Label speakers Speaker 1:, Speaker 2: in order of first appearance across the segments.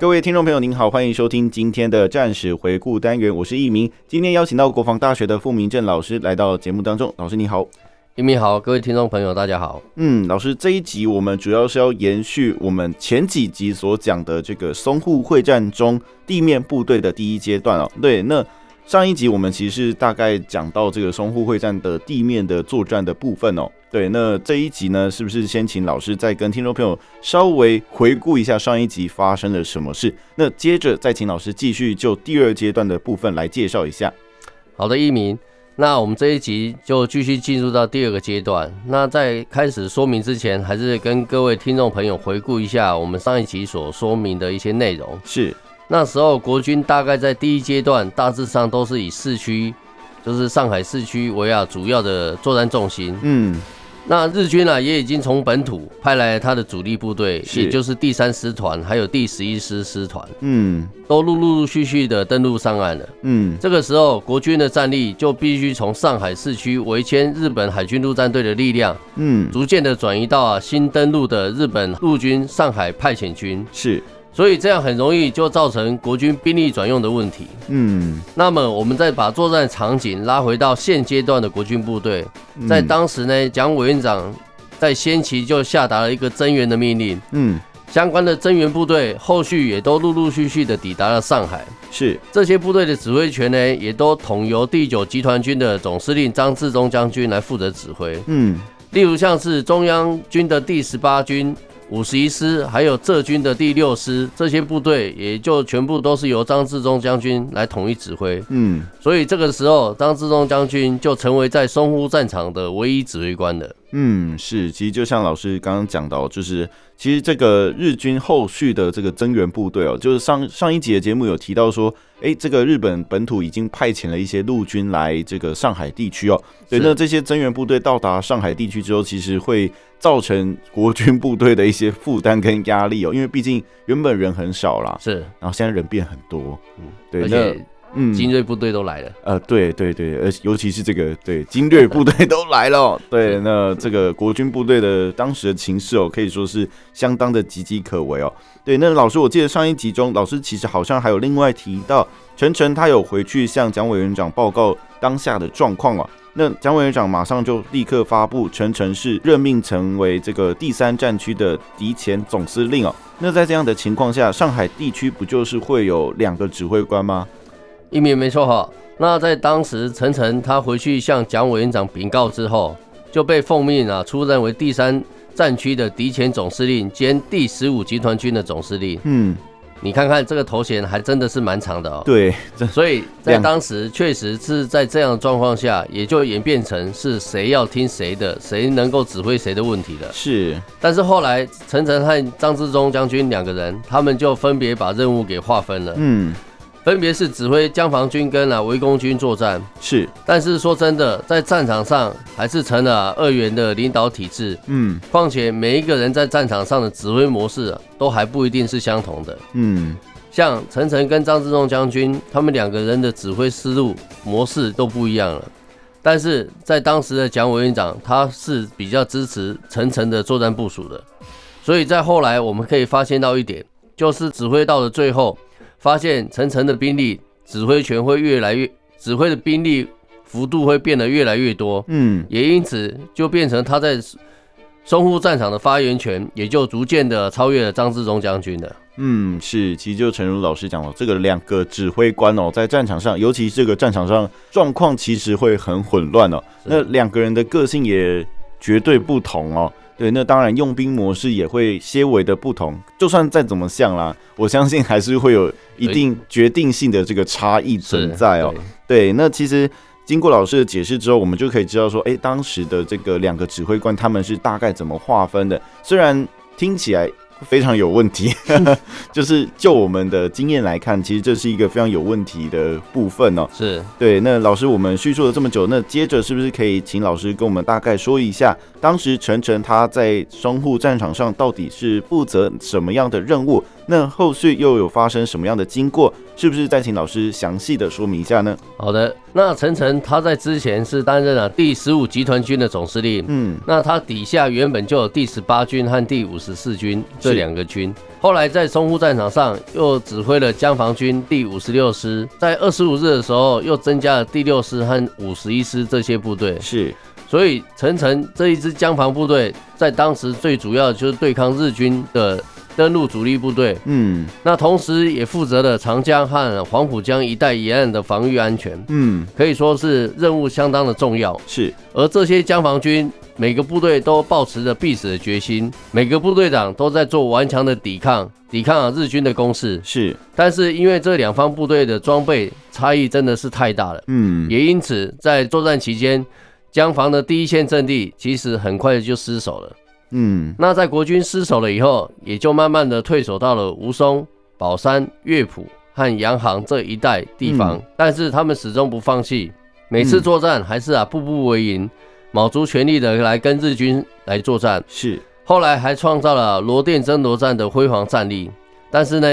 Speaker 1: 各位听众朋友，您好，欢迎收听今天的战史回顾单元，我是易明。今天邀请到国防大学的傅明正老师来到节目当中，老师你好。
Speaker 2: 一鸣好，各位听众朋友，大家好。
Speaker 1: 嗯，老师，这一集我们主要是要延续我们前几集所讲的这个淞沪会战中地面部队的第一阶段哦。对，那上一集我们其实是大概讲到这个淞沪会战的地面的作战的部分哦。对，那这一集呢，是不是先请老师再跟听众朋友稍微回顾一下上一集发生了什么事？那接着再请老师继续就第二阶段的部分来介绍一下。
Speaker 2: 好的，一鸣，那我们这一集就继续进入到第二个阶段。那在开始说明之前，还是跟各位听众朋友回顾一下我们上一集所说明的一些内容。
Speaker 1: 是，
Speaker 2: 那时候国军大概在第一阶段，大致上都是以市区，就是上海市区为啊主要的作战重心。
Speaker 1: 嗯，
Speaker 2: 那日军啊也已经从本土派来他的主力部队，
Speaker 1: 是
Speaker 2: 也就是第三师团还有第十一师师团，
Speaker 1: 嗯，
Speaker 2: 都陆陆续续的登陆上岸了。
Speaker 1: 嗯，
Speaker 2: 这个时候，国军的战力就必须从上海市区围歼日本海军陆战队的力量，
Speaker 1: 嗯，
Speaker 2: 逐渐的转移到啊新登陆的日本陆军上海派遣军，
Speaker 1: 是，
Speaker 2: 所以这样很容易就造成国军兵力转用的问题。
Speaker 1: 嗯，
Speaker 2: 那么，我们再把作战场景拉回到现阶段的国军部队，
Speaker 1: 嗯
Speaker 2: 在，当时呢，蒋委员长在先期就下达了一个增援的命令，
Speaker 1: 嗯，
Speaker 2: 相关的增援部队后续也都陆陆续续的抵达了上海。
Speaker 1: 是，
Speaker 2: 这些部队的指挥权呢，也都统由第九集团军的总司令张自忠将军来负责指挥。
Speaker 1: 嗯，
Speaker 2: 例如像是中央军的第十八军、五十一师，还有浙军的第六师，这些部队也就全部都是由张自忠将军来统一指挥。
Speaker 1: 嗯，
Speaker 2: 所以这个时候，张自忠将军就成为在淞沪战场的唯一指挥官了。
Speaker 1: 嗯，是，其实就像老师刚刚讲到，就是其实这个日军后续的这个增援部队哦，就是上上一集的节目有提到说，诶，这个日本本土已经派遣了一些陆军来这个上海地区哦。对，
Speaker 2: 是
Speaker 1: 那这些增援部队到达上海地区之后，其实会造成国军部队的一些负担跟压力哦，因为毕竟原本人很少啦，
Speaker 2: 是，
Speaker 1: 然后现在人变很多，
Speaker 2: 嗯
Speaker 1: 对，
Speaker 2: 而
Speaker 1: 那
Speaker 2: 且
Speaker 1: 嗯，
Speaker 2: 精锐部队都来了。
Speaker 1: 呃，对对对，呃，尤其是这个对精锐部队都来了哦，对，那这个国军部队的当时的情势哦，可以说是相当的岌岌可危哦。对，那老师，我记得上一集中，老师其实好像还有另外提到，陈诚他有回去向蒋委员长报告当下的状况哦。那蒋委员长马上就立刻发布陈诚是任命成为这个第三战区的敌前总司令哦。那在这样的情况下，上海地区不就是会有两个指挥官吗？
Speaker 2: 一鸣没错哈。那在当时，陈诚他回去向蒋委员长禀告之后，就被奉命啊出任为第三战区的敌前总司令兼第十五集团军的总司令。
Speaker 1: 嗯，
Speaker 2: 你看看这个头衔还真的是蛮长的哦。
Speaker 1: 对，这
Speaker 2: 所以在
Speaker 1: 两
Speaker 2: 当时确实是在这样的状况下，也就演变成是谁要听谁的，谁能够指挥谁的问题了。
Speaker 1: 是，
Speaker 2: 但是后来，陈诚和张自忠将军两个人，他们就分别把任务给划分了，
Speaker 1: 嗯，
Speaker 2: 分别是指挥江防军跟啊围攻军作战。
Speaker 1: 是，
Speaker 2: 但是说真的，在战场上还是成了啊二元的领导体制。
Speaker 1: 嗯
Speaker 2: 况且每一个人在战场上的指挥模式、啊、都还不一定是相同的。
Speaker 1: 嗯，
Speaker 2: 像陈诚跟张之洞将军，他们两个人的指挥思路模式都不一样了。但是在当时的蒋委员长，他是比较支持陈诚的作战部署的，所以在后来我们可以发现到一点，就是指挥到了最后，发现陈诚的兵力指挥权会越来越，指挥的兵力幅度会变得越来越多，
Speaker 1: 嗯，
Speaker 2: 也因此就变成他在淞沪战场的发言权也就逐渐的超越了张之洞将军了。
Speaker 1: 嗯，是，其实就诚如老师讲了，这个两个指挥官哦，在战场上，尤其这个战场上状况其实会很混乱哦。
Speaker 2: 是
Speaker 1: 那两个人的个性也绝对不同哦。对，那当然用兵模式也会些微的不同，哦就算再怎么像啦，我相信还是会有一
Speaker 2: 对
Speaker 1: 定决定性的这个差异存
Speaker 2: 是
Speaker 1: 在哦。
Speaker 2: 对
Speaker 1: 对，那其实经过老师的解释之后，我们就可以知道说，哎、当时的这个两个指挥官他们是大概怎么划分的。虽然听起来非常有问题，就是就我们的经验来看，其实这是一个非常有问题的部分哦。
Speaker 2: 是
Speaker 1: 对，那老师，我们叙述了这么久，那接着是不是可以请老师跟我们大概说一下，当时晨晨他在淞沪战场上到底是负责什么样的任务？那后续又有发生什么样的经过？是不是再请老师详细的说明一下呢？
Speaker 2: 好的。那陈诚他在之前是担任了第十五集团军的总司令，
Speaker 1: 嗯，
Speaker 2: 那他底下原本就有第十八军和第五十四军这两个军，后来在淞沪战场上又指挥了江防军第五十六师，在二十五日的时候又增加了第六师和五十一师这些部队，
Speaker 1: 是，
Speaker 2: 所以陈诚这一支江防部队在当时最主要就是对抗日军的登陆主力部队，
Speaker 1: 嗯
Speaker 2: 那同时也负责了长江和黄浦江一带沿岸的防御安全，
Speaker 1: 嗯，
Speaker 2: 可以说是任务相当的重要。
Speaker 1: 是，
Speaker 2: 而这些江防军每个部队都抱持着必死的决心，每个部队长都在做顽强的抵抗，抵抗啊日军的攻势。
Speaker 1: 是，
Speaker 2: 但是因为这两方部队的装备差异真的是太大了，
Speaker 1: 嗯，
Speaker 2: 也因此在作战期间，江防的第一线阵地其实很快就失守了。
Speaker 1: 嗯
Speaker 2: 那在国军失守了以后，也就慢慢的退守到了吴淞、宝山、乐浦和洋行这一带地方，
Speaker 1: 嗯
Speaker 2: 但是他们始终不放弃，每次作战还是啊步步为营，卯足全力的来跟日军来作战。
Speaker 1: 是，
Speaker 2: 后来还创造了罗店争夺战的辉煌战例，但是呢，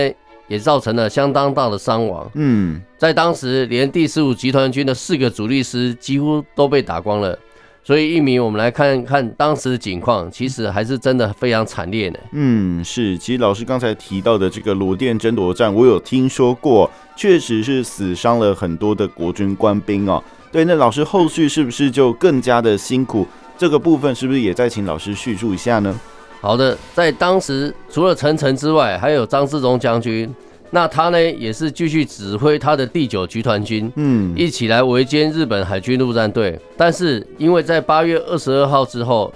Speaker 2: 也造成了相当大的伤亡。
Speaker 1: 嗯
Speaker 2: 在当时，连第十五集团军的四个主力师几乎都被打光了。所以，一鸣，我们来看看当时的景况，其实还是真的非常惨烈呢。
Speaker 1: 嗯，是。其实老师刚才提到的这个罗店争夺战，我有听说过，确实是死伤了很多的国军官兵哦。对，那老师后续是不是就更加的辛苦？这个部分是不是也再请老师叙述一下呢？
Speaker 2: 好的，在当时除了陈诚之外，还有张志忠将军，那他呢也是继续指挥他的第九集团军。
Speaker 1: 嗯，
Speaker 2: 一起来围歼日本海军陆战队，但是因为在八月二十二号之后，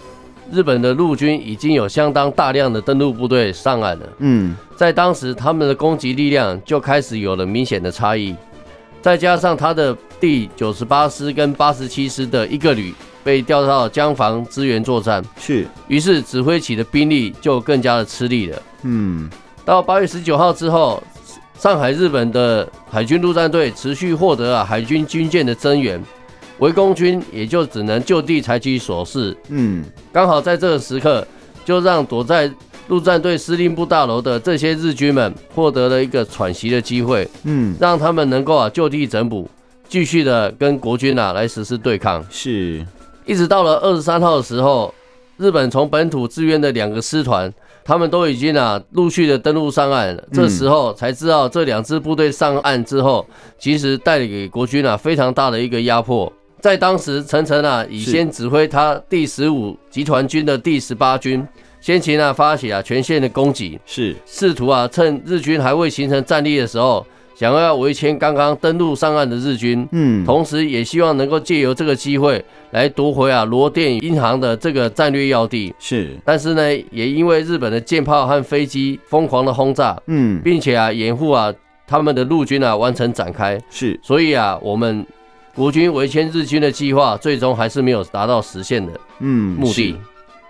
Speaker 2: 日本的陆军已经有相当大量的登陆部队上岸了，
Speaker 1: 嗯
Speaker 2: 在当时他们的攻击力量就开始有了明显的差异，再加上他的第九十八师跟八十七师的一个旅被调到江防支援作战，
Speaker 1: 是，
Speaker 2: 于是指挥起的兵力就更加的吃力了。
Speaker 1: 嗯
Speaker 2: 到八月十九号之后，上海日本的海军陆战队持续获得啊海军军舰的增援，围攻军也就只能就地采取守势。
Speaker 1: 嗯
Speaker 2: 刚好在这个时刻，就让躲在陆战队司令部大楼的这些日军们获得了一个喘息的机会，
Speaker 1: 嗯，
Speaker 2: 让他们能够啊就地整补，继续的跟国军啊来实施对抗。
Speaker 1: 是，
Speaker 2: 一直到了二十三号的时候，日本从本土支援的两个师团，他们都已经啊陆续的登陆上岸了。这时候才知道，这两支部队上岸之后，其实带给国军啊非常大的一个压迫。在当时，陈诚啊以
Speaker 1: 是
Speaker 2: 先指挥他第十五集团军的第十八军，先行啊发起啊全线的攻击，
Speaker 1: 是，
Speaker 2: 试图啊趁日军还未形成战力的时候，想要围歼刚刚登陆上岸的日军。
Speaker 1: 嗯，
Speaker 2: 同时也希望能够借由这个机会来夺回啊罗店银行的这个战略要地。
Speaker 1: 是，
Speaker 2: 但是呢，也因为日本的舰炮和飞机疯狂的轰炸，
Speaker 1: 嗯
Speaker 2: 并且啊掩护啊他们的陆军啊完成展开，
Speaker 1: 是，
Speaker 2: 所以啊我们国军围歼日军的计划最终还是没有达到实现的
Speaker 1: 嗯，
Speaker 2: 目
Speaker 1: 是
Speaker 2: 的。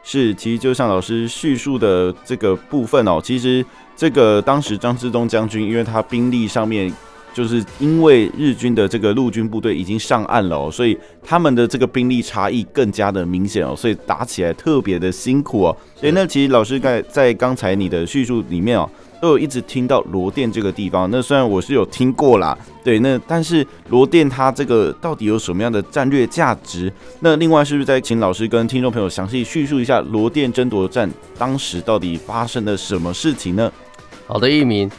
Speaker 1: 是，其实就像老师叙述的这个部分哦，其实这个当时张之洞将军，因为他兵力上面。就是因为日军的这个陆军部队已经上岸了、哦，所以他们的这个兵力差异更加的明显哦，所以打起来特别的辛苦哦。对，那其实老师在在刚才你的叙述里面哦，都有一直听到罗店这个地方。那虽然我是有听过啦，对，那但是罗店它这个到底有什么样的战略价值？那另外是不是再请老师跟听众朋友详细叙述一下罗店争夺战当时到底发生了什么事情呢？
Speaker 2: 好的，一鸣。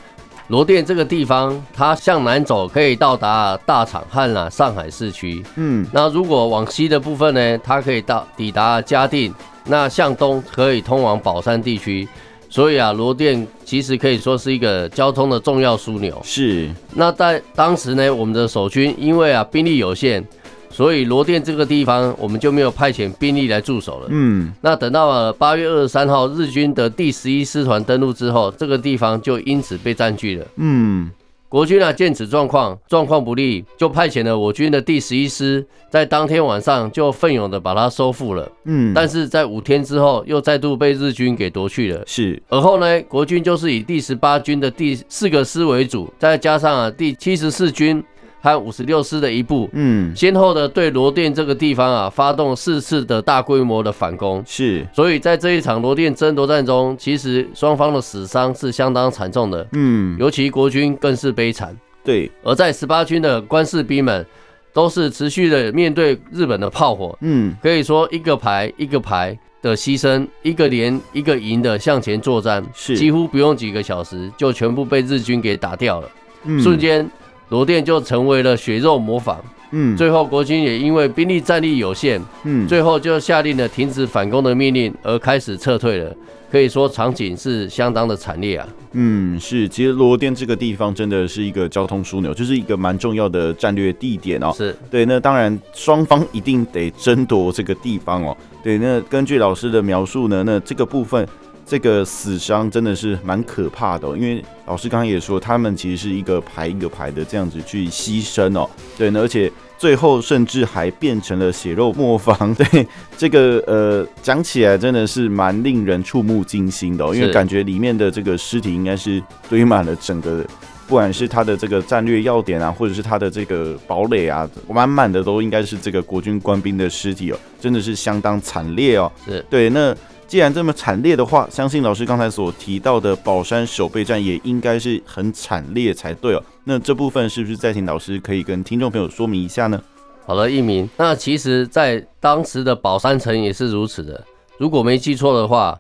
Speaker 2: 罗店这个地方，它向南走可以到达大厂和啊上海市区，
Speaker 1: 嗯
Speaker 2: 那如果往西的部分呢，它可以到抵达嘉定，那向东可以通往宝山地区。所以啊，罗店其实可以说是一个交通的重要枢纽。
Speaker 1: 是，
Speaker 2: 那在当时呢，我们的守军因为啊兵力有限，所以罗店这个地方我们就没有派遣兵力来驻守了。
Speaker 1: 嗯
Speaker 2: 那等到八月二十三号日军的第十一师团登陆之后，这个地方就因此被占据了。
Speaker 1: 嗯
Speaker 2: 国军啊见此状况，状况不利，就派遣了我军的第十一师，在当天晚上就奋勇的把它收复了。
Speaker 1: 嗯，
Speaker 2: 但是在五天之后，又再度被日军给夺去了。
Speaker 1: 是
Speaker 2: 而后呢，国军就是以第十八军的第四个师为主，再加上啊第七十四军和五十六师的一部，
Speaker 1: 嗯
Speaker 2: 先后的对罗店这个地方啊发动四次的大规模的反攻。
Speaker 1: 是
Speaker 2: 所以在这一场罗店争夺战中，其实双方的死伤是相当惨重的，
Speaker 1: 嗯
Speaker 2: 尤其国军更是悲惨。
Speaker 1: 对
Speaker 2: 而在十八军的官士兵们，都是持续的面对日本的炮火，
Speaker 1: 嗯
Speaker 2: 可以说一个排一个排的牺牲，一个连一个营的向前作战，
Speaker 1: 是
Speaker 2: 几乎不用几个小时就全部被日军给打掉了。
Speaker 1: 嗯
Speaker 2: 瞬间，罗店就成为了血肉模仿。
Speaker 1: 嗯
Speaker 2: 最后，国军也因为兵力战力有限，
Speaker 1: 嗯
Speaker 2: 最后就下令了停止反攻的命令，而开始撤退了。可以说场景是相当的惨烈啊！
Speaker 1: 嗯，是，其实罗店这个地方真的是一个交通枢纽，就是一个蛮重要的战略地点哦。
Speaker 2: 是
Speaker 1: 对，那当然双方一定得争夺这个地方哦。对，那根据老师的描述呢，那这个部分这个死伤真的是蛮可怕的、哦，因为老师刚刚也说，他们其实是一个排一个排的这样子去牺牲哦。对，那而且最后甚至还变成了血肉磨坊。 对，这个呃讲起来真的是蛮令人触目惊心的、哦，因为
Speaker 2: 是
Speaker 1: 感觉里面的这个尸体应该是堆满了整个不管是他的这个战略要点啊，或者是他的这个堡垒啊，满满的都应该是这个国军官兵的尸体哦，真的是相当惨烈哦。
Speaker 2: 是
Speaker 1: 对，那既然这么惨烈的话，相信老师刚才所提到的宝山守备战也应该是很惨烈才对哦。那这部分是不是再请老师可以跟听众朋友说明一下呢？
Speaker 2: 好了，一鸣。那其实，在当时的宝山城也是如此的。如果没记错的话，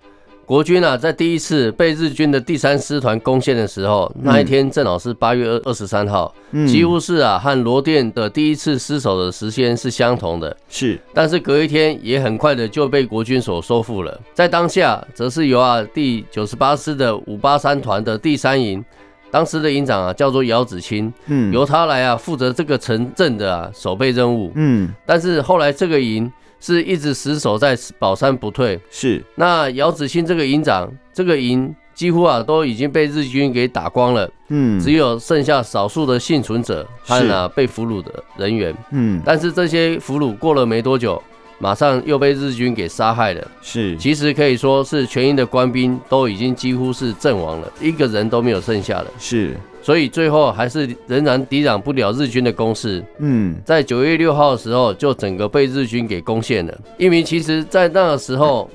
Speaker 2: 国军啊，在第一次被日军的第三师团攻陷的时候，那一天正好是八月二二十三号，
Speaker 1: 嗯
Speaker 2: 几乎是啊和罗店的第一次失守的时间是相同的。
Speaker 1: 是，
Speaker 2: 但是隔一天也很快的就被国军所收复了。在当下，则是由啊第九十八师的五八三团的第三营，当时的营长啊叫做姚子清，
Speaker 1: 嗯，，
Speaker 2: 由他来啊负责这个城镇的啊守备任务。
Speaker 1: 嗯，
Speaker 2: 但是后来这个营是一直死守在宝山不退。
Speaker 1: 是，
Speaker 2: 那姚子清这个营长，这个营几乎啊都已经被日军给打光了，
Speaker 1: 嗯，
Speaker 2: 只有剩下少数的幸存者和啊被俘虏的人员。
Speaker 1: 嗯，
Speaker 2: 但是这些俘虏过了没多久，马上又被日军给杀害了。
Speaker 1: 是，
Speaker 2: 其实可以说是全营的官兵都已经几乎是阵亡了，一个人都没有剩下了。
Speaker 1: 是，
Speaker 2: 所以最后还是仍然抵挡不了日军的攻势，
Speaker 1: 嗯，
Speaker 2: 在九月六号的时候就整个被日军给攻陷了。一鸣其实在那个时候，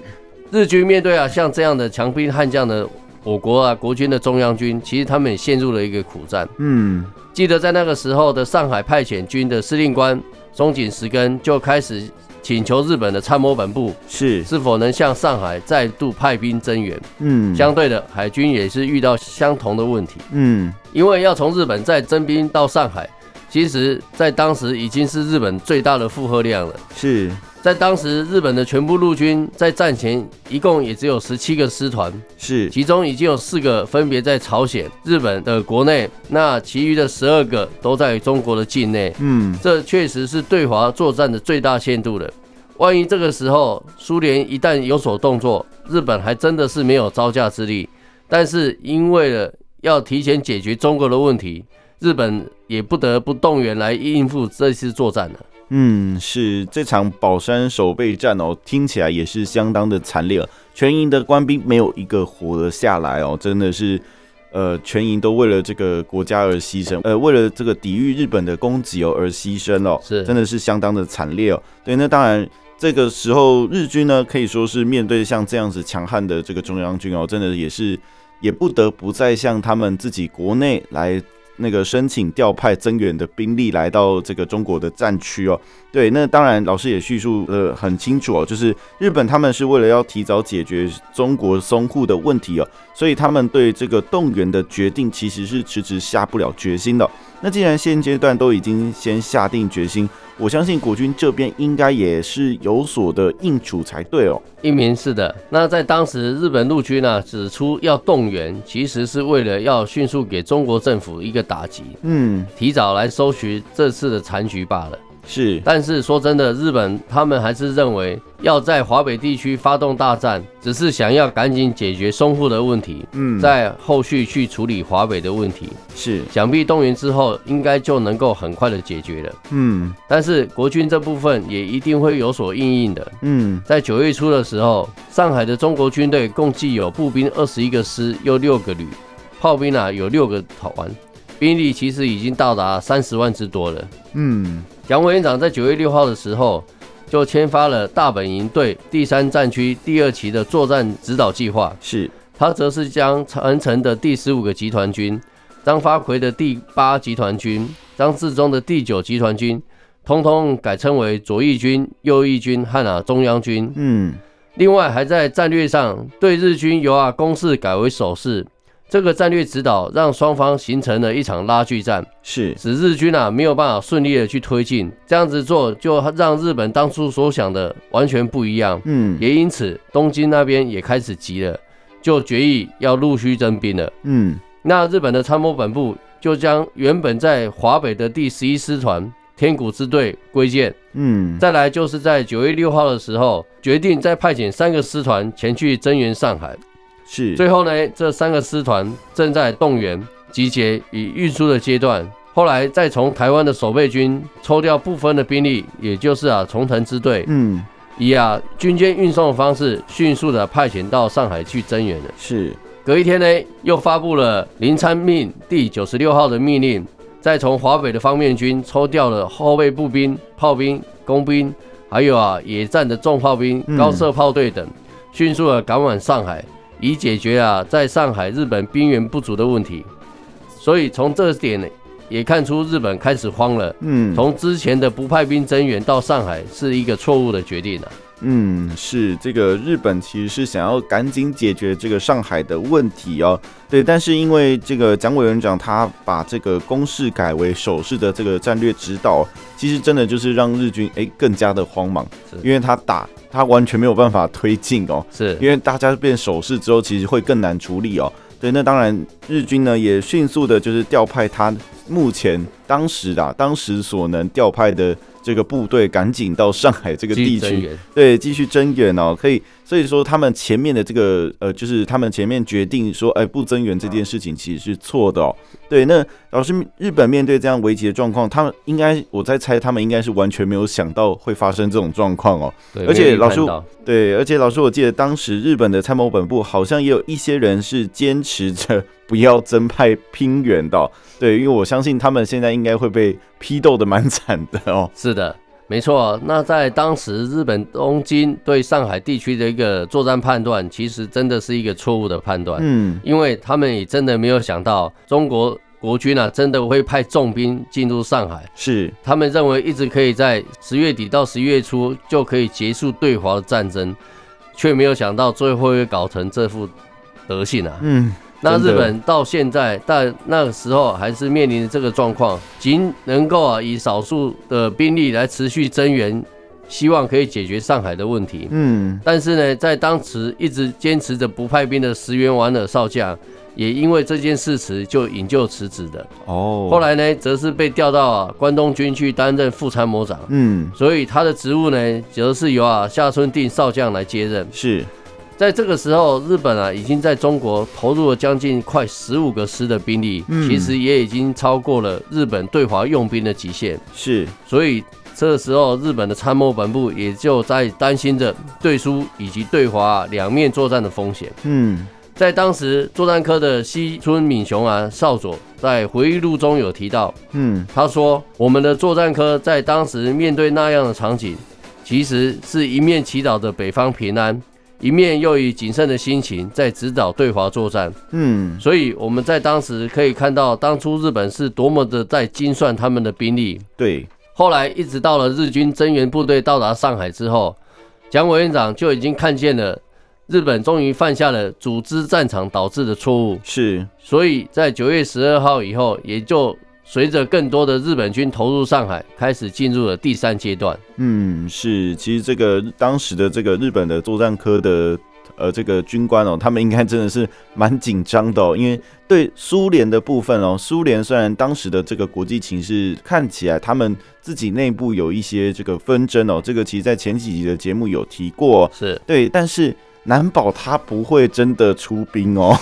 Speaker 2: 日军面对啊像这样的强兵悍将的我国啊国军的中央军，其实他们也陷入了一个苦战。
Speaker 1: 嗯，
Speaker 2: 记得在那个时候的上海派遣军的司令官松井石根就开始请求日本的参谋本部
Speaker 1: 是，
Speaker 2: 是否能向上海再度派兵增援。
Speaker 1: 嗯，
Speaker 2: 相对的，海军也是遇到相同的问题，
Speaker 1: 嗯，
Speaker 2: 因为要从日本再征兵到上海，其实在当时已经是日本最大的负荷量了。
Speaker 1: 是，
Speaker 2: 在当时，日本的全部陆军在战前一共也只有十七个师团，
Speaker 1: 是，
Speaker 2: 其中已经有四个分别在朝鲜、日本的国内，那其余的十二个都在中国的境内。
Speaker 1: 嗯，
Speaker 2: 这确实是对华作战的最大限度了。万一这个时候苏联一旦有所动作，日本还真的是没有招架之力。但是因为了要提前解决中国的问题，日本也不得不动员来应付这次作战了。
Speaker 1: 嗯，是这场宝山守备战哦，听起来也是相当的惨烈、哦，全营的官兵没有一个活了下来哦，真的是，呃，全营都为了这个呃国家而牺牲，呃，为了这个抵御日本的攻击哦而牺牲哦，
Speaker 2: 是
Speaker 1: 真的是相当的惨烈哦。对，那当然。这个时候，日军呢可以说是面对像这样子强悍的这个中央军哦，真的也是也不得不再向他们自己国内来那个申请调派增援的兵力来到这个中国的战区哦。对，那当然老师也叙述呃很清楚哦，就是日本他们是为了要提早解决中国淞沪的问题哦，所以他们对这个动员的决定其实是迟迟下不了决心的哦、那既然现阶段都已经先下定决心，我相信国军这边应该也是有所的应处才对哦。
Speaker 2: 一名是的，那在当时日本陆军呢、啊指出要动员，其实是为了要迅速给中国政府一个打击，
Speaker 1: 嗯，
Speaker 2: 提早来收取这次的残局罢了。
Speaker 1: 是
Speaker 2: 但是说真的，日本他们还是认为要在华北地区发动大战，只是想要赶紧解决淞沪的问题，
Speaker 1: 嗯
Speaker 2: 在后续去处理华北的问题。
Speaker 1: 是
Speaker 2: 想必动员之后，应该就能够很快的解决了。
Speaker 1: 嗯
Speaker 2: 但是国军这部分也一定会有所应应的。
Speaker 1: 嗯
Speaker 2: 在九月初的时候，上海的中国军队共计有步兵二十一个师，又六个旅，炮兵啊有六个团，兵力其实已经到达三十万之多了。
Speaker 1: 嗯
Speaker 2: 蒋委员长在九月六号的时候，就签发了大本营对第三战区第二期的作战指导计划，
Speaker 1: 是
Speaker 2: 他则是将陈诚的第十五个集团军、张发奎的第八集团军、张治中的第九集团军，通通改称为左翼军、右翼军和啊中央军。
Speaker 1: 嗯
Speaker 2: 另外，还在战略上对日军由啊攻势改为守势。这个战略指导让双方形成了一场拉锯战，
Speaker 1: 嗯是
Speaker 2: 使日军啊没有办法顺利的去推进。这样子做，就让日本当初所想的完全不一样。
Speaker 1: 嗯
Speaker 2: 也因此，东京那边也开始急了，就决议要陆续征兵了。
Speaker 1: 嗯
Speaker 2: 那日本的参谋本部就将原本在华北的第十一师团天谷支队归建，
Speaker 1: 嗯
Speaker 2: 再来就是在九月六号的时候，决定再派遣三个师团前去增援上海。
Speaker 1: 是
Speaker 2: 最后呢，这三个师团正在动员、集结与运输的阶段。后来再从台湾的守备军抽调部分的兵力，也就是啊重藤支队，
Speaker 1: 嗯
Speaker 2: 以啊军舰运送的方式，迅速的派遣到上海去增援了。
Speaker 1: 是
Speaker 2: 隔一天呢，又发布了林参命第九十六号的命令，再从华北的方面军抽调了后备步兵、炮兵、工兵，还有啊野战的重炮兵
Speaker 1: 嗯、
Speaker 2: 高射炮队等，迅速的赶往上海，以解决啊在上海日本兵源不足的问题。所以从这点呢，也看出日本开始慌了。
Speaker 1: 嗯
Speaker 2: 从之前的不派兵增援到上海是一个错误的决定啊。
Speaker 1: 嗯，是这个日本其实是想要赶紧解决这个上海的问题哦，对，但是因为这个蒋委员长他把这个攻势改为守势的这个战略指导，其实真的就是让日军哎更加的慌忙
Speaker 2: 是，
Speaker 1: 因为他打他完全没有办法推进哦，
Speaker 2: 是
Speaker 1: 因为大家变守势之后，其实会更难处理哦。对，那当然，日军呢也迅速的，就是调派他目前当时啊，当时所能调派的这个部队，赶紧到上海这个地
Speaker 2: 继增
Speaker 1: 区，
Speaker 2: 援
Speaker 1: 对，继续增援哦。可以，所以说他们前面的这个呃，就是他们前面决定说，哎，不增援这件事情其实是错的哦。对，那老师，日本面对这样危急的状况，他们应该，我在猜，他们应该是完全没有想到会发生这种状况哦。
Speaker 2: 对
Speaker 1: 而且
Speaker 2: 我也
Speaker 1: 老师
Speaker 2: 看到
Speaker 1: 对，而且老师，我记得当时日本的参谋本部好像也有一些人是坚持着不要增派拼援的哦、对，因为我相信他们现在应该会被批斗的蛮惨的哦。
Speaker 2: 是的，没错。那在当时日本东京对上海地区的一个作战判断，其实真的是一个错误的判断，
Speaker 1: 嗯
Speaker 2: 因为他们也真的没有想到中国国军啊，真的会派重兵进入上海。
Speaker 1: 是，
Speaker 2: 他们认为一直可以在十月底到十月初就可以结束对华的战争，却没有想到最后会搞成这副德性啊！
Speaker 1: 嗯
Speaker 2: 那
Speaker 1: 真的
Speaker 2: 日本到现在，但那个时候还是面临这个状况，仅能够啊以少数的兵力来持续增援，希望可以解决上海的问题。
Speaker 1: 嗯
Speaker 2: 但是呢，在当时一直坚持着不派兵的石原莞尔少将，也因为这件事实就引咎辞职的。
Speaker 1: 哦，
Speaker 2: 后来呢，则是被调到啊关东军去担任副参谋长，
Speaker 1: 嗯
Speaker 2: 所以他的职务呢，则是由啊下村定少将来接任。
Speaker 1: 是
Speaker 2: 在这个时候，日本啊已经在中国投入了将近快十五个师的兵力，
Speaker 1: 嗯
Speaker 2: 其实也已经超过了日本对华用兵的极限。
Speaker 1: 是
Speaker 2: 所以这时候，日本的参谋本部也就在担心着对苏以及对华啊两面作战的风险。
Speaker 1: 嗯
Speaker 2: 在当时，作战科的西村敏雄啊少佐在回忆录中有提到，
Speaker 1: 嗯
Speaker 2: 他说：“我们的作战科在当时面对那样的场景，其实是一面祈祷着北方平安，一面又以谨慎的心情在指导对华作战。
Speaker 1: 嗯
Speaker 2: 所以我们在当时可以看到，当初日本是多么的在精算他们的兵力。
Speaker 1: 对，
Speaker 2: 后来一直到了日军增援部队到达上海之后，蒋委员长就已经看见了日本终于犯下了组织战场导致的错误。”
Speaker 1: 是
Speaker 2: 所以在九月十二号以后，也就随着更多的日本军投入上海，开始进入了第三阶段。
Speaker 1: 嗯，是，其实这个当时的这个日本的作战科的呃这个军官哦，他们应该真的是蛮紧张的哦，因为对苏联的部分哦，苏联虽然当时的这个国际情势看起来他们自己内部有一些这个纷争哦，这个其实在前几集的节目有提过哦、
Speaker 2: 是
Speaker 1: 对，但是难保他不会真的出兵哦。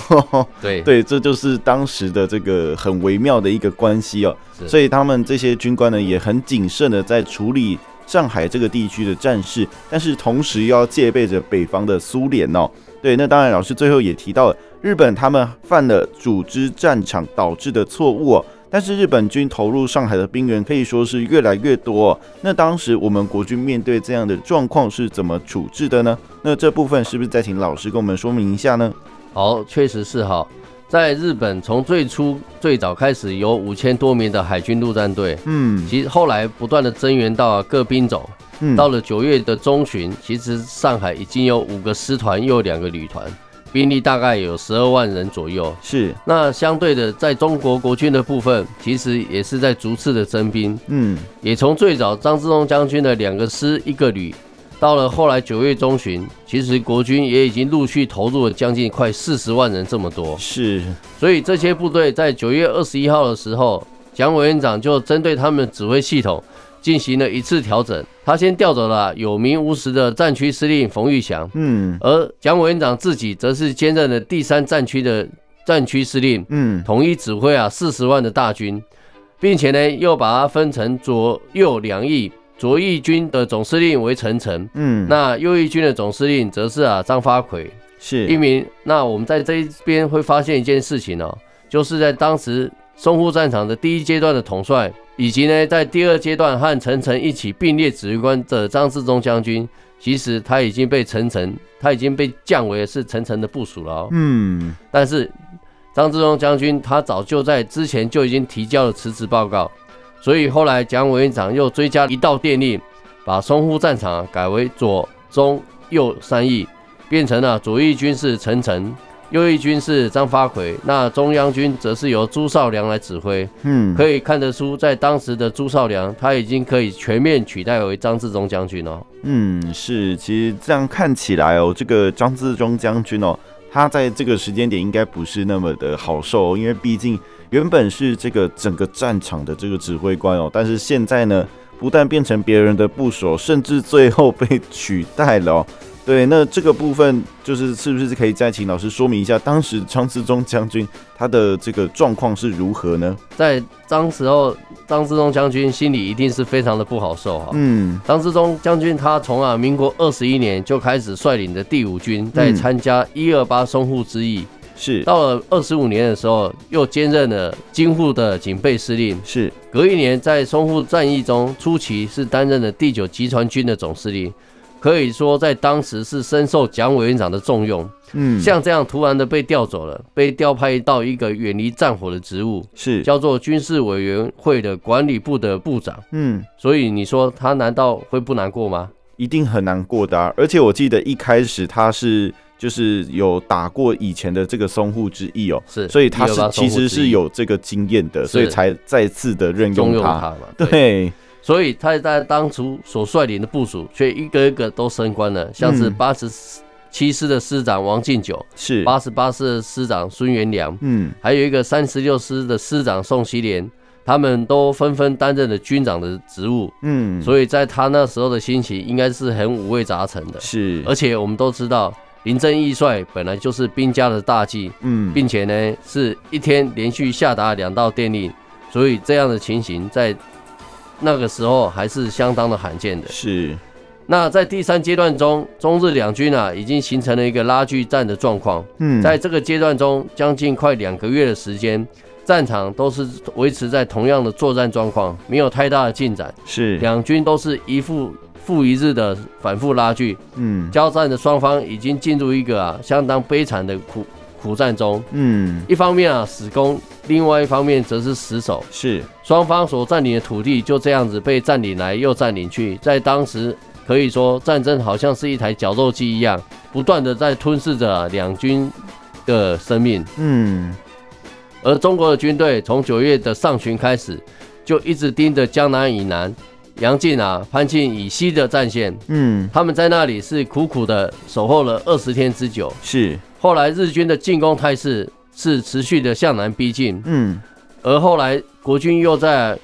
Speaker 2: 对
Speaker 1: 对，这就是当时的这个很微妙的一个关系哦。
Speaker 2: 是
Speaker 1: 所以他们这些军官呢，也很谨慎的在处理上海这个地区的战事，但是同时又要戒备着北方的苏联哦。对，那当然，老师最后也提到了日本他们犯了组织战场导致的错误哦。但是日本军投入上海的兵员可以说是越来越多、哦。那当时我们国军面对这样的状况是怎么处置的呢？那这部分是不是再请老师跟我们说明一下呢？
Speaker 2: 好，确实是哈。在日本，从最初最早开始有五千多名的海军陆战队，
Speaker 1: 嗯
Speaker 2: 其实后来不断的增援到、啊、各兵种。
Speaker 1: 嗯，
Speaker 2: 到了九月的中旬，其实上海已经有五个师团又两个旅团，兵力大概有十二万人左右。
Speaker 1: 是，
Speaker 2: 那相对的，在中国国军的部分，其实也是在逐次的增兵，
Speaker 1: 嗯
Speaker 2: 也从最早张之洞将军的两个师一个旅，到了后来九月中旬，其实国军也已经陆续投入了将近快四十万人这么多。
Speaker 1: 是，
Speaker 2: 所以这些部队在九月二十一号的时候，蒋委员长就针对他们的指挥系统进行了一次调整。他先调走了有名无实的战区司令冯玉祥，
Speaker 1: 嗯
Speaker 2: 而蒋委员长自己则是兼任了第三战区的战区司令，
Speaker 1: 嗯
Speaker 2: 统一指挥啊四十万的大军，并且呢又把它分成左右两翼，左翼军的总司令为陈诚，
Speaker 1: 嗯，
Speaker 2: 那右翼军的总司令则是啊张发奎。
Speaker 1: 是
Speaker 2: 一名。那我们在这一边会发现一件事情哦，就是在当时淞沪战场的第一阶段的统帅，以及呢在第二阶段和陈诚一起并列指挥官的张自忠将军，其实他已经被陈诚，他已经被降为是陈诚的部署了、哦。
Speaker 1: 嗯
Speaker 2: 但是张自忠将军他早就在之前就已经提交了辞职报告，所以后来蒋委员长又追加一道电令，把淞沪战场改为左、中、右三翼，变成了左翼军是陈诚，右翼军是张发奎，那中央军则是由朱绍良来指挥。
Speaker 1: 嗯，
Speaker 2: 可
Speaker 1: 以，
Speaker 2: 以看得出，在当时的朱绍良，他已经可以全面取代为张自忠将军哦。
Speaker 1: 嗯是，其实这样看起来哦，这个张自忠将军哦，他在这个时间点应该不是那么的好受、哦，因为毕竟原本是这个整个战场的这个指挥官哦，但是现在呢，不但变成别人的部署哦，甚至最后被取代了、哦。对，那这个部分就是是不是可以再请老师说明一下，当时张自忠将军他的这个状况是如何呢？
Speaker 2: 在当时候，张自忠将军心里一定是非常的不好受哈、啊
Speaker 1: 嗯
Speaker 2: 张之忠将军，他从啊民国二十一年就开始率领的第五军，在参加一二八淞沪之役，
Speaker 1: 是
Speaker 2: 到了二十五年的时候，又兼任了京沪的警备司令。
Speaker 1: 是，
Speaker 2: 隔一年，在淞沪战役中，初期是担任了第九集团军的总司令，可以说在当时是深受蒋委员长的重用。
Speaker 1: 嗯，
Speaker 2: 像这样突然的被调走了，被调派到一个远离战火的职务，
Speaker 1: 是，
Speaker 2: 叫做军事委员会的管理部的部长。
Speaker 1: 嗯，
Speaker 2: 所以你说他难道会不难过吗？
Speaker 1: 一定很难过的、啊。而且我记得一开始他是就是有打过以前的这个淞沪之役哦，
Speaker 2: 是，
Speaker 1: 所以他
Speaker 2: 128
Speaker 1: 是其实是有这个经验的，所以
Speaker 2: 是
Speaker 1: 才再次的任
Speaker 2: 中
Speaker 1: 用
Speaker 2: 用
Speaker 1: 他。
Speaker 2: 他嘛？，
Speaker 1: 对，
Speaker 2: 所以他在当初所率领的部署，却一个一个都升官了，像是
Speaker 1: 嗯
Speaker 2: 八十七师的师长王进九，
Speaker 1: 是，
Speaker 2: 八十八师的师长孙元良，
Speaker 1: 嗯
Speaker 2: 还有一个三十六师的师长宋希濂，他们都纷纷担任了军长的职务，
Speaker 1: 嗯，以
Speaker 2: 所以在他那时候的心情应该是很五味杂陈的。
Speaker 1: 是，
Speaker 2: 而且我们都知道，林正义帅本来就是兵家的大忌，
Speaker 1: 嗯，
Speaker 2: 并且呢是一天连续下达两道电令，所以这样的情形在那个时候还是相当的罕见的。
Speaker 1: 是，
Speaker 2: 那在第三阶段中，中日两军啊已经形成了一个拉锯战的状况，
Speaker 1: 嗯，
Speaker 2: 在这个阶段中，将近快两个月的时间。战场都是维持在同样的作战状况，没有太大的进展。
Speaker 1: 是，
Speaker 2: 两军都是一复复一日的反复拉锯，
Speaker 1: 嗯
Speaker 2: 交战的双方已经进入一个啊相当悲惨的苦苦战中。
Speaker 1: 嗯
Speaker 2: 一方面啊死攻，另外一方面则是死守。
Speaker 1: 是，
Speaker 2: 双方所占领的土地就这样子被占领来又占领去，在当时可以说战争好像是一台绞肉机一样，不断的在吞噬着啊两军的生命。
Speaker 1: 嗯
Speaker 2: 而中国的军队从九月的上旬开始，就一直盯着江南以南杨靖啊、潘庆以西的战线，
Speaker 1: 嗯，
Speaker 2: 他们在那里是苦苦的守候了二十天之久。
Speaker 1: 是，
Speaker 2: 后来日军的进攻态势是持续的向南逼近，
Speaker 1: 嗯，
Speaker 2: 而后来国军又在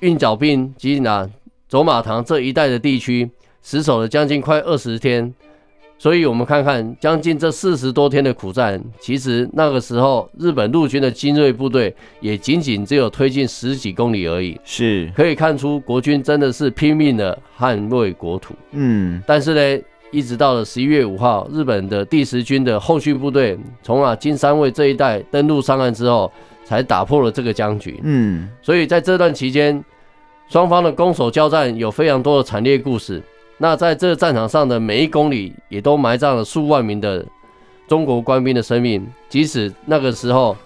Speaker 2: 运枣滨及南走马塘这一带的地区死守了将近快二十天，所以我们看看将近这四十多天的苦战，其实那个时候日本陆军的精锐部队也仅仅只有推进十几公里而已，
Speaker 1: 是，
Speaker 2: 可以看出国军真的是拼命的捍卫国土。
Speaker 1: 嗯，
Speaker 2: 但是呢，一直到了十一月五号，日本的第十军的后续部队从啊金山卫这一带登陆上岸之后，才打破了这个僵局。
Speaker 1: 嗯，
Speaker 2: 所以在这段期间，双方的攻守交战有非常多的惨烈故事。那在这战场上的每一公里，也都埋葬了数万名的中国官兵的生命。即使那个时候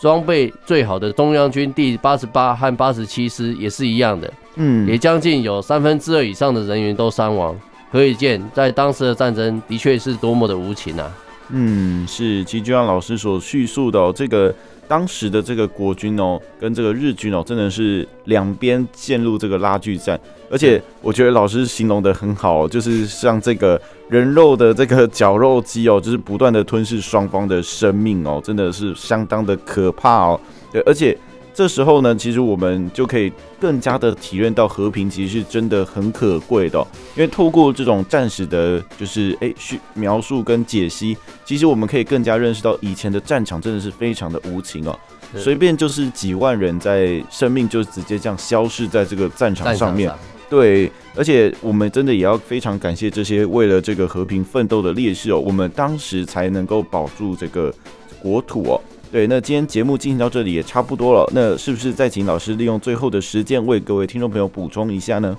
Speaker 2: 装备最好的中央军第八十八和八十七师也是一样的，也
Speaker 1: 嗯，
Speaker 2: 将近有三分之二以上的人员都伤亡。可以见，在当时的战争的确是多么的无情啊！
Speaker 1: 嗯，是，其实就像老师所叙述的、哦，这个当时的这个国军哦，跟这个日军哦，真的是两边陷入这个拉锯战，而且我觉得老师形容的很好哦、就是像这个人肉的这个绞肉机哦，就是不断的吞噬双方的生命哦，真的是相当的可怕哦，对，而且。这时候呢，其实我们就可以更加的体验到和平其实是真的很可贵的哦、因为透过这种战史的，就是诶叙描述跟解析，其实我们可以更加认识到以前的战场真的是非常的无情哦，
Speaker 2: 是
Speaker 1: 随便就是几万人在生命就直接这样消逝在这个战场
Speaker 2: 战
Speaker 1: 上
Speaker 2: 场
Speaker 1: 面哦
Speaker 2: 上，，
Speaker 1: 对，而且我们真的也要非常感谢这些为了这个和平奋斗的烈士哦，我们当时才能够保住这个国土哦。对，那今天节目进行到这里也差不多了，那是不是再请老师利用最后的时间为各位听众朋友补充一下呢？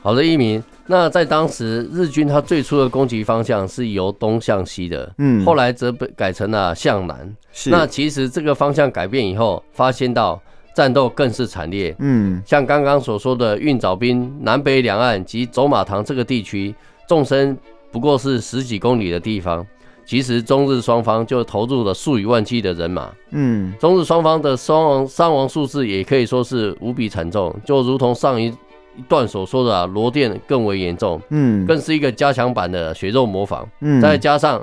Speaker 2: 好的，一鸣。那在当时，日军他最初的攻击方向是由东向西的，
Speaker 1: 嗯，
Speaker 2: 后来则被改成了向南。
Speaker 1: 是
Speaker 2: 那其实这个方向改变以后，发现到战斗更是惨烈。
Speaker 1: 嗯
Speaker 2: 像刚刚所说的运枣滨南北两岸及走马塘这个地区，纵深不过是十几公里的地方，其实中日双方就投入了数以万计的人马。
Speaker 1: 嗯
Speaker 2: 中日双方的伤亡伤亡数字也可以说是无比惨重，就如同上一一段所说的、啊，罗电更为严重，
Speaker 1: 嗯，
Speaker 2: 更是一个加强版的血肉模仿。
Speaker 1: 嗯
Speaker 2: 再加上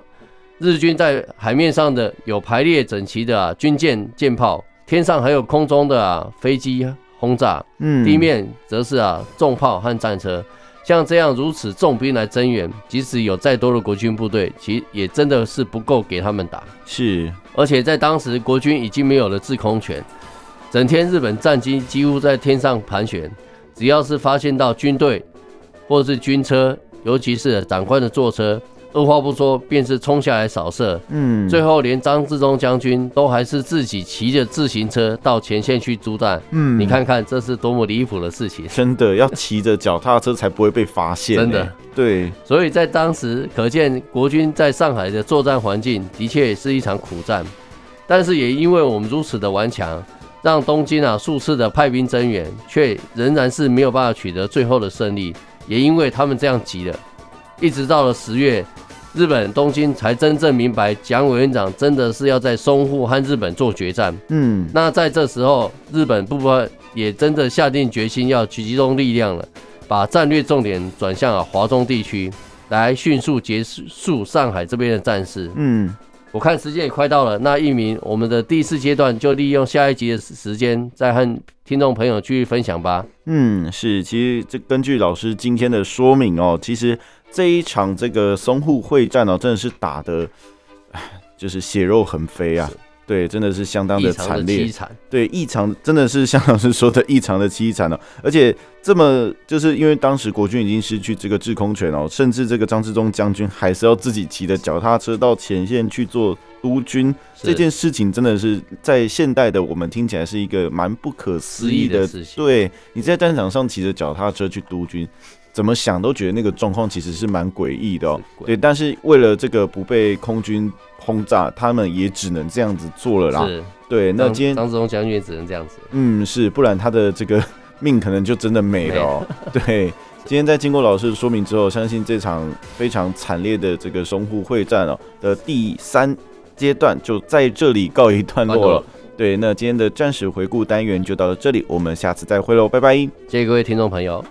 Speaker 2: 日军在海面上的有排列整齐的、啊、军舰舰炮，天上还有空中的、啊、飞机轰炸，
Speaker 1: 嗯
Speaker 2: 地面则是啊重炮和战车。像这样如此重兵来增援，即使有再多的国军部队，其也真的是不够给他们打。
Speaker 1: 是
Speaker 2: 而且在当时国军已经没有了制空权，整天日本战机几乎在天上盘旋，只要是发现到军队或是军车，尤其是长官的坐车，二话不说便是冲下来扫射。
Speaker 1: 嗯
Speaker 2: 最后连张自忠将军都还是自己骑着自行车到前线去督战，
Speaker 1: 嗯
Speaker 2: 你看看这是多么离谱的事情，
Speaker 1: 真的要骑着脚踏车才不会被发现、
Speaker 2: 真的
Speaker 1: 欸。对，
Speaker 2: 所以在当时，可见国军在上海的作战环境的确是一场苦战。但是也因为我们如此的顽强，让东京啊数次的派兵增援，却仍然是没有办法取得最后的胜利。也因为他们这样急了，一直到了十月，日本东京才真正明白蒋委员长真的是要在淞沪和日本做决战。
Speaker 1: 嗯
Speaker 2: 那在这时候，日本部分也真的下定决心要集中力量了，把战略重点转向了华中地区，来迅速结束上海这边的战事。
Speaker 1: 嗯，
Speaker 2: 我看时间也快到了，那一鸣，我们的第四阶段就利用下一集的时时间，再和听众朋友继续分享吧。
Speaker 1: 嗯，是，其实这根据老师今天的说明哦，其实这一场这个淞沪会战哦，真的是打的，唉就是血肉横飞啊
Speaker 2: 是。
Speaker 1: 对，真的是相当
Speaker 2: 异
Speaker 1: 的
Speaker 2: 常的
Speaker 1: 惨烈
Speaker 2: 凄。惨，
Speaker 1: 对，异常真的是像老师说的异常的凄惨哦，而且这么就是因为当时国军已经失去这个制空权哦，甚至这个张之洞将军还是要自己骑着脚踏车到前线去做督军，
Speaker 2: 是
Speaker 1: 这件事情真的是在现代的我们听起来是一个蛮不可思
Speaker 2: 失
Speaker 1: 议
Speaker 2: 忆
Speaker 1: 的
Speaker 2: 的。事情，
Speaker 1: 对，你在战场上骑着脚踏车去督军，怎么想都觉得那个状况其实是蛮诡异的哦。对，但是为了这个不被空军轰炸，他们也只能这样子做了啦。
Speaker 2: 是。
Speaker 1: 对，那
Speaker 2: 张
Speaker 1: 今天
Speaker 2: 张志忠将军也只能这 样子。
Speaker 1: 嗯，是，不然他的这个 命可能就真的没了、哦。 对，今天在经过老师的说明之后，相信这场非常惨烈的这个淞沪会战哦的第三阶段就在这里告一段落了。对，那今天的战史回顾单元就到这里，我们下次再会喽，拜拜。
Speaker 2: 谢谢各位听众朋友。